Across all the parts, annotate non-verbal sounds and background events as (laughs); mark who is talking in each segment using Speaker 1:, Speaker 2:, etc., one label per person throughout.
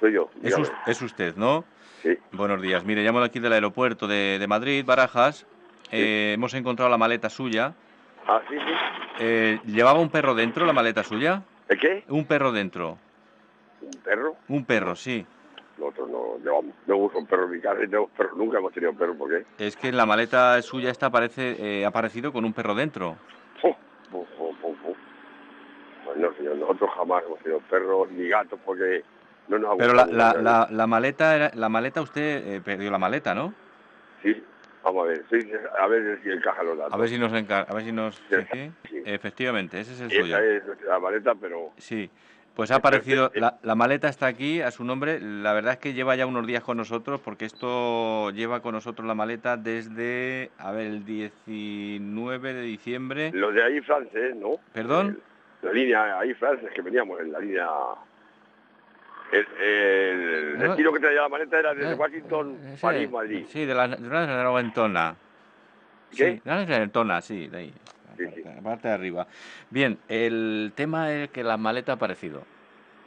Speaker 1: soy yo.
Speaker 2: Es,
Speaker 1: dígame.
Speaker 2: us- es usted, ¿no?
Speaker 1: Sí.
Speaker 2: Buenos días. Mire, llamo de aquí del aeropuerto de, de Madrid, Barajas. Eh, hemos encontrado la maleta suya.
Speaker 1: Ah, sí, sí.
Speaker 2: Eh, ¿Llevaba un perro dentro la maleta suya?
Speaker 1: ¿El qué?
Speaker 2: Un perro dentro.
Speaker 1: ¿Un perro?
Speaker 2: Un perro, sí.
Speaker 1: Nosotros no llevamos, no uso un perro en mi casa y no, perro- nunca hemos tenido un perro, ¿por qué?
Speaker 2: Es que en la maleta suya esta aparece, eh, ha aparecido con un perro dentro.
Speaker 1: Fu, fu, fu, fu, fu. Pues no, señor, nosotros jamás hemos tenido perros ni gatos porque no nos ha
Speaker 2: Pero la,
Speaker 1: gustado
Speaker 2: la,
Speaker 1: nunca.
Speaker 2: la- la maleta, era- la maleta usted eh, perdió la maleta, ¿no?
Speaker 1: Sí, vamos a ver, sí, a ver si encaja los datos.
Speaker 2: A ver si nos encar- a ver si nos sí, sí.
Speaker 1: Sí.
Speaker 2: Efectivamente, ese es el suyo.
Speaker 1: Esa es la maleta, pero
Speaker 2: Sí. Pues ha
Speaker 1: Eh,
Speaker 2: aparecido, la, la maleta está aquí a su nombre. La verdad es que lleva ya unos días con nosotros, porque esto lleva con nosotros la maleta desde, a ver, el 19 de diciembre.
Speaker 1: lo de ahí francés, ¿no?
Speaker 2: ¿Perdón?
Speaker 1: El- la línea ahí francés que veníamos en la línea... El, el
Speaker 2: No.
Speaker 1: destino que traía la maleta era desde
Speaker 2: Eh,
Speaker 1: Washington,
Speaker 2: eh, Ah. sí,
Speaker 1: París, Madrid.
Speaker 2: Sí, de la, de la Narragentona.
Speaker 1: ¿Qué?
Speaker 2: Sí, la Narragentona, sí, de ahí.
Speaker 1: Sí,
Speaker 2: la
Speaker 1: sí.
Speaker 2: parte- la parte de arriba. Bien, el tema es que la maleta ha aparecido.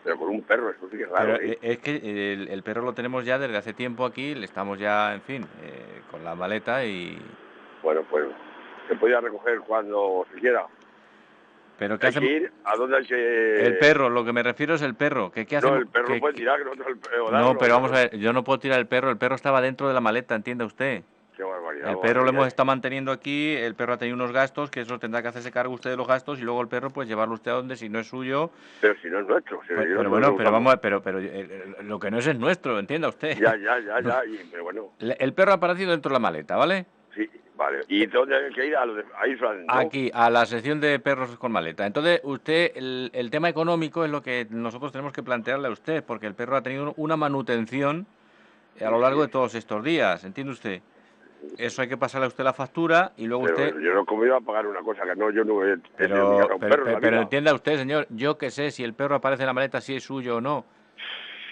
Speaker 1: Pero con un perro, eso sí que es raro.
Speaker 2: Pero,
Speaker 1: ¿eh?
Speaker 2: eh, es que el, el perro lo tenemos ya desde hace tiempo aquí, le estamos ya, en fin, eh, con la maleta y...
Speaker 1: Bueno, pues se podía recoger cuando se quiera.
Speaker 2: Pero ¿qué
Speaker 1: Hay que
Speaker 2: hacemos?
Speaker 1: ir a donde hay que...
Speaker 2: El perro, lo que me refiero es el perro. ¿Qué, qué hacemos?
Speaker 1: eh, No, el perro pues,
Speaker 2: ¿Qué-
Speaker 1: lo puede
Speaker 2: qué-
Speaker 1: tirar, que nosotros el perro...
Speaker 2: No, pero vamos a ver, yo no puedo tirar el perro, el perro estaba dentro de la maleta, entienda usted.
Speaker 1: Qué barbaridad.
Speaker 2: El
Speaker 1: vamos,
Speaker 2: perro lo
Speaker 1: ya.
Speaker 2: hemos estado manteniendo aquí, el perro ha tenido unos gastos, que eso tendrá que hacerse cargo usted de los gastos y luego el perro pues llevarlo usted a donde si no es suyo.
Speaker 1: Pero si no es nuestro. si
Speaker 2: Pues,
Speaker 1: no-
Speaker 2: pero
Speaker 1: no
Speaker 2: bueno,
Speaker 1: lo
Speaker 2: pero
Speaker 1: usamos.
Speaker 2: vamos, a- pero, pero eh, eh, lo que no es es nuestro, entienda usted.
Speaker 1: Ya, ya, ya, ya. y- pero bueno,
Speaker 2: (laughs) Le- El perro ha aparecido dentro de la maleta, ¿vale?
Speaker 1: sí, vale. ¿Y dónde hay que ir? A, lo de, a Israel, ¿no?
Speaker 2: Aquí, a la sección de perros con maleta. Entonces, usted, el, el tema económico es lo que nosotros tenemos que plantearle a usted, porque el perro ha tenido una manutención a lo largo de todos estos días, ¿entiende usted? Eso hay que pasarle a usted la factura y luego
Speaker 1: Pero
Speaker 2: usted...
Speaker 1: yo no, ¿cómo iba a pagar una cosa que no? Yo no he tenido en mi
Speaker 2: Pero,
Speaker 1: casa un
Speaker 2: pero,
Speaker 1: perro en la
Speaker 2: pero
Speaker 1: vida.
Speaker 2: entienda usted, señor, yo que sé si el perro aparece en la maleta, si es suyo o no.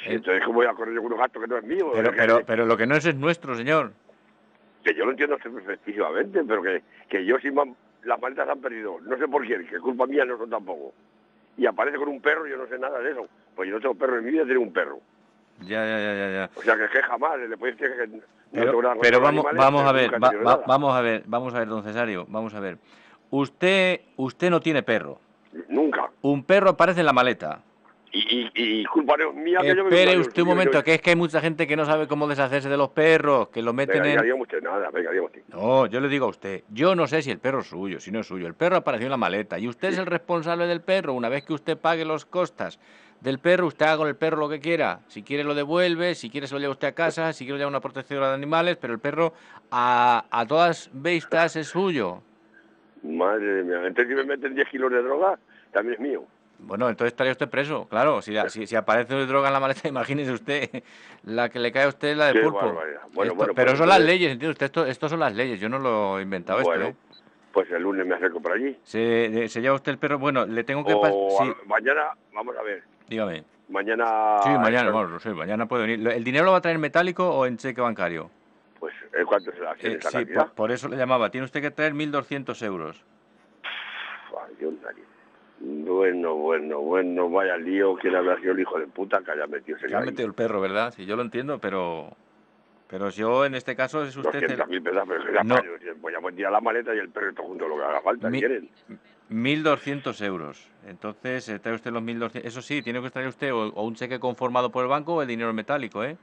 Speaker 1: Y Entonces, ¿cómo voy a correr yo con un gato que no es mío?
Speaker 2: eh, Pero,
Speaker 1: Que-
Speaker 2: pero, pero lo que no es es nuestro, señor.
Speaker 1: Que yo lo entiendo efectivamente, pero que, que yo sin mam- las maletas se han perdido. No sé por quién, que culpa mía no son tampoco. Y aparece con un perro, yo no sé nada de eso. Pues yo no tengo perro en mi vida, tengo un perro.
Speaker 2: Ya, ya, ya, ya. ya.
Speaker 1: O sea que, es que jamás le puedes decir que no tengo nada con
Speaker 2: Pero, pero
Speaker 1: los
Speaker 2: vamos,
Speaker 1: animales,
Speaker 2: vamos
Speaker 1: nunca
Speaker 2: a ver,
Speaker 1: he
Speaker 2: va-
Speaker 1: tenido
Speaker 2: va-
Speaker 1: nada.
Speaker 2: vamos a ver, vamos a ver, don Cesario, vamos a ver. Usted, usted no tiene perro.
Speaker 1: Nunca.
Speaker 2: Un perro aparece en la maleta.
Speaker 1: Y, y, y culpa no- mía que yo me
Speaker 2: Espere usted un momento, que es que hay mucha gente que no sabe cómo deshacerse de los perros, que los meten
Speaker 1: Venga,
Speaker 2: en...
Speaker 1: diga, diga usted nada, venga, diga usted.
Speaker 2: No, yo le digo a usted, yo no sé si el perro es suyo, si no es suyo. El perro apareció en la maleta y usted es el responsable del perro. Una vez que usted pague los costas del perro, usted haga con el perro lo que quiera. Si quiere lo devuelve, si quiere se lo lleva usted a casa, si quiere lo lleva a una protectora de animales, pero el perro a, a todas vistas es suyo.
Speaker 1: Madre mía, entonces si me meten 10 kilos de droga, también es mío.
Speaker 2: Bueno, entonces estaría usted preso, claro. Si, si, si aparece droga en la maleta, (laughs) imagínese usted, la que le cae a usted es la de
Speaker 1: Qué
Speaker 2: pulpo.
Speaker 1: barbaridad. Bueno,
Speaker 2: Esto-
Speaker 1: bueno,
Speaker 2: pero
Speaker 1: pues
Speaker 2: son las
Speaker 1: entonces-
Speaker 2: leyes, ¿entiende usted? Esto, esto son las leyes, yo no lo he inventado
Speaker 1: bueno,
Speaker 2: esto. ¿eh?
Speaker 1: pues el lunes me acerco por allí.
Speaker 2: Se, se lleva usted el perro. Bueno, le tengo que pasar.
Speaker 1: O
Speaker 2: Sí,
Speaker 1: a- mañana, vamos a ver,
Speaker 2: dígame.
Speaker 1: mañana...
Speaker 2: Sí, mañana, bueno, sí, mañana puede venir. ¿El dinero lo va a traer en metálico o en cheque bancario?
Speaker 1: Pues, ¿eh, ¿cuánto será?
Speaker 2: Eh,
Speaker 1: ¿Esa
Speaker 2: sí,
Speaker 1: cantidad?
Speaker 2: por, por eso le llamaba. Tiene usted que traer 1.200 euros.
Speaker 1: Ay, Dios, nariz. Bueno, bueno, bueno, vaya lío, ¿quién habrá sido el hijo de puta que haya metido ese
Speaker 2: Se ha
Speaker 1: gallo?
Speaker 2: metido el perro, ¿verdad? Sí, yo lo entiendo, pero. Pero yo en este caso es usted. el-
Speaker 1: 200.000 pesos, pero que la
Speaker 2: No.
Speaker 1: payo, tío. voy a poner la maleta y el perro y todo junto lo que haga falta,
Speaker 2: Mi-
Speaker 1: ¿quieren?
Speaker 2: 1.200 euros. Entonces, eh, trae usted los 1.200. Eso sí, tiene que traer usted o, o un cheque conformado por el banco o el dinero en metálico, ¿eh?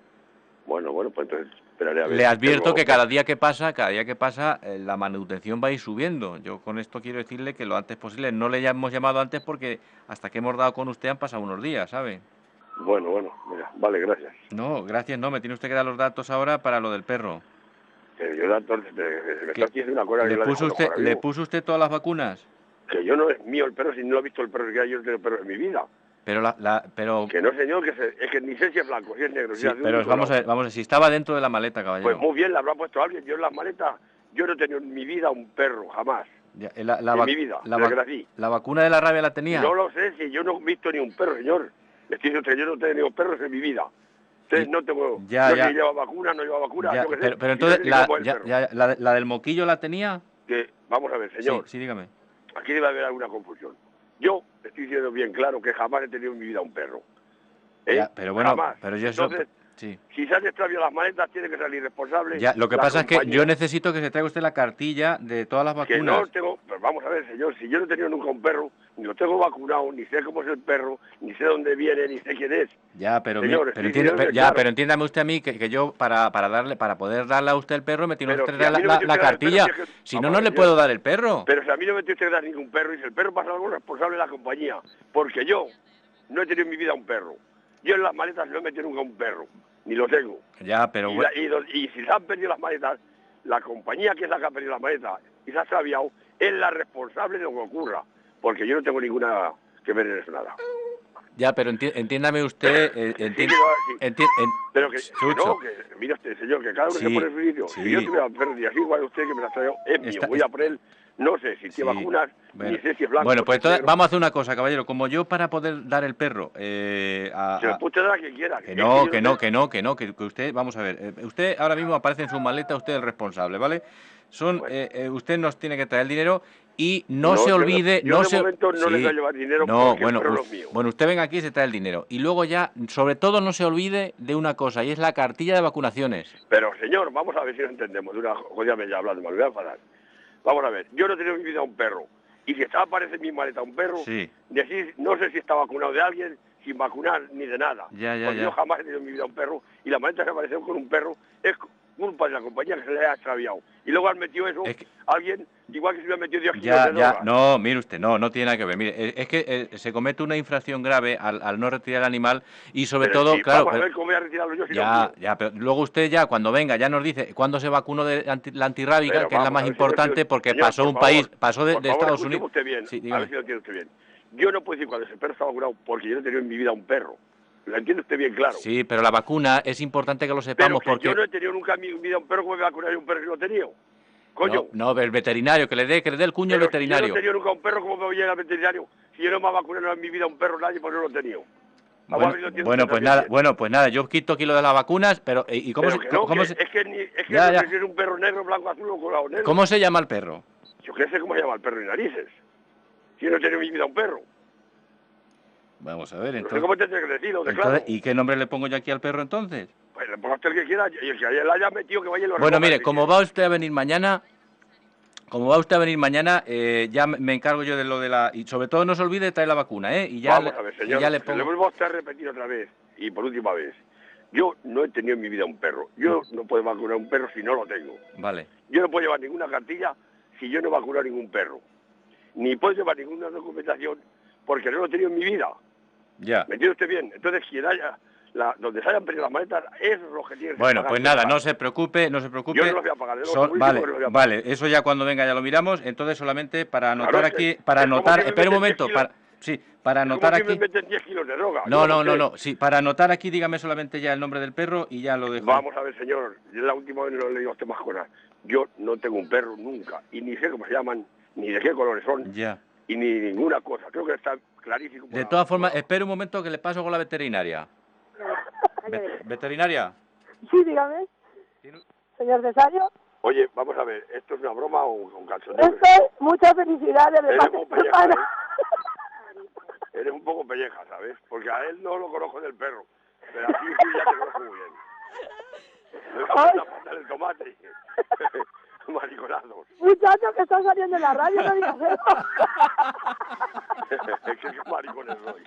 Speaker 1: Bueno, bueno, pues entonces esperaré a ver.
Speaker 2: Le advierto
Speaker 1: Tengo-
Speaker 2: que cada día que pasa, cada día que pasa, eh, la manutención va a ir subiendo. Yo con esto quiero decirle que lo antes posible. No le hemos llamado antes porque hasta que hemos dado con usted han pasado unos días, ¿sabe?
Speaker 1: Bueno, bueno, mira, vale, gracias.
Speaker 2: No, gracias, no. Me tiene usted que dar los datos ahora para lo del perro.
Speaker 1: Que yo da entonces, me, me
Speaker 2: ¿Qué?
Speaker 1: está haciendo una cosa que
Speaker 2: ¿Le
Speaker 1: yo la
Speaker 2: puso,
Speaker 1: dejo
Speaker 2: usted,
Speaker 1: para
Speaker 2: ¿Le
Speaker 1: vivo.
Speaker 2: puso usted todas las vacunas?
Speaker 1: Que yo no es mío el perro, si no lo he visto el perro, que yo no tengo perro en mi vida.
Speaker 2: Pero, la, la- pero,
Speaker 1: Que no, señor, que se- es que ni sé si es blanco, si es negro,
Speaker 2: sí,
Speaker 1: si es azul,
Speaker 2: pero
Speaker 1: ni
Speaker 2: vamos a
Speaker 1: colado.
Speaker 2: ver, vamos a ver, si estaba dentro de la maleta,
Speaker 1: Pues
Speaker 2: caballero.
Speaker 1: muy bien, le habrá puesto alguien. Yo en las maletas, yo no he tenido en mi vida un perro, jamás.
Speaker 2: Ya, eh, la, la
Speaker 1: en
Speaker 2: vac-
Speaker 1: mi vida,
Speaker 2: la,
Speaker 1: desde
Speaker 2: vac-
Speaker 1: que nací.
Speaker 2: la vacuna de la rabia la tenía.
Speaker 1: No lo sé, si yo no he visto ni un perro, señor. Le estoy diciendo que yo no he tenido perros en mi vida. Entonces
Speaker 2: Y-
Speaker 1: no tengo...
Speaker 2: ya,
Speaker 1: no
Speaker 2: ya.
Speaker 1: sé si lleva vacuna, no lleva vacuna,
Speaker 2: Ya,
Speaker 1: yo qué sé.
Speaker 2: pero, pero
Speaker 1: Yo no sé
Speaker 2: entonces,
Speaker 1: ni
Speaker 2: la,
Speaker 1: cómo es el
Speaker 2: ya-
Speaker 1: perro.
Speaker 2: ya- la de- la del moquillo la tenía.
Speaker 1: Que, vamos a ver,
Speaker 2: Sí,
Speaker 1: señor,
Speaker 2: sí, dígame.
Speaker 1: aquí debe haber alguna confusión. Yo estoy diciendo bien claro que jamás he tenido en mi vida un perro. ¿eh?
Speaker 2: Ya, pero bueno,
Speaker 1: Jamás.
Speaker 2: pero yo eso-
Speaker 1: Entonces,
Speaker 2: Sí.
Speaker 1: si se han extraviado las maletas, tiene que salir responsable.
Speaker 2: Ya, lo que
Speaker 1: la
Speaker 2: pasa es que
Speaker 1: compañía.
Speaker 2: yo necesito que se traiga usted la cartilla de todas las
Speaker 1: Que no
Speaker 2: vacunas.
Speaker 1: tengo, pero vamos a ver, señor, si yo no he tenido nunca un perro, ni lo tengo vacunado, ni sé cómo es el perro, ni sé dónde viene, ni sé quién es.
Speaker 2: Ya, pero, mi-
Speaker 1: Señor,
Speaker 2: pero,
Speaker 1: sí,
Speaker 2: entiende-
Speaker 1: señor,
Speaker 2: pero- ya,
Speaker 1: claro.
Speaker 2: pero entiéndame usted a mí que, que yo para, para darle para poder darle a usted el perro me tiene
Speaker 1: Pero
Speaker 2: usted
Speaker 1: si
Speaker 2: que
Speaker 1: a
Speaker 2: dar la,
Speaker 1: mí no me
Speaker 2: la-
Speaker 1: tiene
Speaker 2: la
Speaker 1: usted que dar el
Speaker 2: cartilla.
Speaker 1: perro, si es que-
Speaker 2: si no,
Speaker 1: vamos
Speaker 2: no
Speaker 1: a
Speaker 2: le
Speaker 1: ver,
Speaker 2: puedo
Speaker 1: yo-
Speaker 2: dar el perro.
Speaker 1: Pero si a mí no me tiene usted que dar ningún perro, y si el perro pasa algo responsable de la compañía, porque yo no he tenido en mi vida un perro. Yo en las maletas no he metido nunca un perro, ni lo tengo.
Speaker 2: ya, pero
Speaker 1: Y,
Speaker 2: bueno,
Speaker 1: la- y do- y si se han perdido las maletas, la compañía que es la que ha perdido las maletas y se ha extraviado es la responsable de lo que ocurra, porque yo no tengo ninguna que ver en eso nada.
Speaker 2: ya, pero enti- entiéndame usted, eh,
Speaker 1: Sí,
Speaker 2: enti-
Speaker 1: sí.
Speaker 2: enti- en-
Speaker 1: Pero que, que
Speaker 2: Chucho,
Speaker 1: no, que mira usted, señor, que cada uno se
Speaker 2: Sí,
Speaker 1: pone su sitio.
Speaker 2: sí.
Speaker 1: Si yo tuviera pérdida así igual a usted que me la traigo, es mío,
Speaker 2: Está-
Speaker 1: voy a por él, no sé si
Speaker 2: Sí,
Speaker 1: tiene vacunas,
Speaker 2: bueno.
Speaker 1: ni sé si es blanco.
Speaker 2: Bueno, pues
Speaker 1: si es
Speaker 2: toda-
Speaker 1: negro.
Speaker 2: vamos a hacer una cosa, caballero. Como yo para poder dar el perro eh, a-
Speaker 1: Se
Speaker 2: a-
Speaker 1: lo puede dar a quien quiera.
Speaker 2: Que
Speaker 1: Es
Speaker 2: no,
Speaker 1: yo
Speaker 2: que no,
Speaker 1: sé-
Speaker 2: que no, que no, que que usted, vamos a ver, eh, usted ahora mismo aparece en su maleta, usted es el responsable, ¿vale? Son,
Speaker 1: Bueno.
Speaker 2: eh, eh, usted nos tiene que traer el dinero y no,
Speaker 1: No,
Speaker 2: se
Speaker 1: yo no-
Speaker 2: olvide,
Speaker 1: yo
Speaker 2: no
Speaker 1: de
Speaker 2: se,
Speaker 1: momento no le voy a llevar dinero
Speaker 2: no,
Speaker 1: porque
Speaker 2: bueno,
Speaker 1: el perro
Speaker 2: u-
Speaker 1: es mío.
Speaker 2: bueno, usted venga aquí y se trae el dinero y luego ya, sobre todo, no se olvide de una cosa y es la cartilla de vacunaciones.
Speaker 1: Pero, señor, vamos a ver si lo entendemos. De una jodida media hablando, me lo voy a enfadar. Vamos a ver, yo no he tenido en mi vida un perro. Y si está, aparece en mi maleta un perro,
Speaker 2: Sí.
Speaker 1: decir, no sé si está vacunado de alguien, sin vacunar ni de nada.
Speaker 2: Ya, ya,
Speaker 1: Porque
Speaker 2: ya.
Speaker 1: yo jamás he tenido en mi vida un perro. Y la maleta que apareció con un perro es culpa de la compañía que se le ha extraviado. Y luego han metido eso
Speaker 2: Es que-
Speaker 1: alguien, igual que se hubiera metido dióxido
Speaker 2: Ya,
Speaker 1: de
Speaker 2: ya,
Speaker 1: droga.
Speaker 2: no, mire usted, no, no tiene nada que ver. Mire, eh, es que eh, se comete una infracción grave al, al no retirar el animal y sobre
Speaker 1: Pero
Speaker 2: todo,
Speaker 1: sí,
Speaker 2: claro,
Speaker 1: Vamos
Speaker 2: pero-
Speaker 1: a ver cómo voy a retirarlo yo si no
Speaker 2: Ya,
Speaker 1: puedo.
Speaker 2: ya, pero luego usted ya cuando venga ya nos dice cuándo se vacunó de anti- la antirrábica,
Speaker 1: Pero
Speaker 2: que es la
Speaker 1: vamos, a
Speaker 2: más
Speaker 1: ver si lo
Speaker 2: importante
Speaker 1: entiendo.
Speaker 2: porque
Speaker 1: Señor,
Speaker 2: pasó
Speaker 1: por
Speaker 2: un
Speaker 1: favor,
Speaker 2: país, pasó de,
Speaker 1: por
Speaker 2: de
Speaker 1: favor,
Speaker 2: Estados
Speaker 1: escúcheme
Speaker 2: Unidos.
Speaker 1: usted bien,
Speaker 2: Sí,
Speaker 1: a
Speaker 2: dígame.
Speaker 1: ver si lo entiende usted bien. Yo no puedo decir cuando ese perro está vacunado porque yo no he tenido en mi vida un perro. Lo entiende usted bien claro.
Speaker 2: Sí, pero la vacuna es importante que lo
Speaker 1: Pero
Speaker 2: sepamos
Speaker 1: que
Speaker 2: porque
Speaker 1: yo no he tenido nunca en mi vida un perro, ¿cómo me vacunaré un perro que no he tenido? Coño.
Speaker 2: no, no, el veterinario que le dé que le dé el cuño al
Speaker 1: Pero
Speaker 2: veterinario.
Speaker 1: Si yo no he tenido nunca un perro, ¿cómo me voy a ir al veterinario? Si yo no me he vacunado en mi vida un perro, nadie, pues no lo he tenido. Vamos a ver si lo
Speaker 2: Bueno,
Speaker 1: entiende
Speaker 2: bueno,
Speaker 1: usted
Speaker 2: pues
Speaker 1: también
Speaker 2: nada,
Speaker 1: bien.
Speaker 2: bueno, pues nada, yo quito aquí lo de las vacunas, pero eh, ¿y cómo
Speaker 1: Pero
Speaker 2: se,
Speaker 1: que no,
Speaker 2: cómo
Speaker 1: que
Speaker 2: se-
Speaker 1: es que, ni, es que
Speaker 2: Ya,
Speaker 1: no
Speaker 2: ya.
Speaker 1: sé si es un perro negro, blanco, azul o colado negro.
Speaker 2: cómo se llama el perro?
Speaker 1: Yo qué sé cómo se llama el perro y narices. Si yo no he tenido en mi vida un perro.
Speaker 2: Vamos a ver,
Speaker 1: no sé
Speaker 2: entonces,
Speaker 1: cómo tendré que decirlo, de
Speaker 2: entonces,
Speaker 1: Pues claro.
Speaker 2: ¿y qué nombre le pongo yo aquí al perro entonces?
Speaker 1: Pues le ponga usted el que quiera y el que haya- la haya metido que vaya y lo
Speaker 2: Bueno,
Speaker 1: recoja,
Speaker 2: mire,
Speaker 1: si
Speaker 2: como
Speaker 1: quiere.
Speaker 2: va usted a venir mañana, como va usted a venir mañana, eh, ya me me encargo yo de lo de la... Y sobre todo no se olvide de traer la vacuna, ¿eh? Y ya,
Speaker 1: Vamos
Speaker 2: le,
Speaker 1: a ver,
Speaker 2: y
Speaker 1: señor,
Speaker 2: ya le
Speaker 1: le
Speaker 2: pongo...
Speaker 1: vuelvo a usted a repetir otra vez y por última vez. Yo no he tenido en mi vida un perro. Yo
Speaker 2: Pues-
Speaker 1: no puedo vacunar a un perro si no lo tengo.
Speaker 2: Vale,
Speaker 1: Yo no puedo llevar ninguna cartilla si yo no vacuno a ningún perro. Ni puedo llevar ninguna documentación porque no lo he tenido en mi vida.
Speaker 2: ya.
Speaker 1: ¿Me entiende usted bien? Entonces, quien haya, la- donde se hayan perdido las maletas, eso es lo que tiene que
Speaker 2: Bueno,
Speaker 1: pagar
Speaker 2: pues
Speaker 1: quien
Speaker 2: nada,
Speaker 1: paga.
Speaker 2: no se preocupe, no se preocupe.
Speaker 1: no lo voy a pagar, yo lo
Speaker 2: Sol-
Speaker 1: voy a
Speaker 2: vale,
Speaker 1: decir porque lo voy a
Speaker 2: vale, eso ya cuando venga ya lo miramos. Entonces solamente para anotar
Speaker 1: Claro, es
Speaker 2: aquí,
Speaker 1: que-
Speaker 2: para
Speaker 1: es como
Speaker 2: anotar,
Speaker 1: que me
Speaker 2: espera un
Speaker 1: meten diez
Speaker 2: momento,
Speaker 1: kilos-
Speaker 2: para, sí, para
Speaker 1: Es como
Speaker 2: anotar
Speaker 1: si me
Speaker 2: aquí.
Speaker 1: meten 10 kilos de droga.
Speaker 2: No,
Speaker 1: Yo
Speaker 2: no, no,
Speaker 1: sé.
Speaker 2: no, sí, para anotar aquí dígame solamente ya el nombre del perro y ya lo dejo.
Speaker 1: Vamos a ver, señor, yo la última vez no le digo a usted más cosas. Yo no tengo un perro nunca, y ni sé cómo se llaman, ni de qué colores son,
Speaker 2: Ya.
Speaker 1: y ni ninguna cosa. Creo que está clarísimo.
Speaker 2: De todas formas, eh, espere un momento que le paso con la veterinaria. Ve- veterinaria.
Speaker 3: Sí, dígame. Señor Cesario,
Speaker 1: Oye, vamos a ver, ¿esto es una broma o un, un cachondeo?
Speaker 3: esto es mucha felicidad de
Speaker 1: Eres
Speaker 3: parte
Speaker 1: un ¿eh?
Speaker 3: de tu
Speaker 1: pelleja,
Speaker 3: hermana. (laughs)
Speaker 1: Eres un poco pelleja, ¿sabes? Porque a él no lo conozco del perro, pero a ti sí ya te conozco
Speaker 3: (laughs)
Speaker 1: muy bien. Me vas a pasar el tomate. (laughs) Mariconados.
Speaker 3: Muchacho que
Speaker 1: (laughs)
Speaker 3: está saliendo en la radio, no digas eso.
Speaker 1: ¿Qué, qué maricones soy?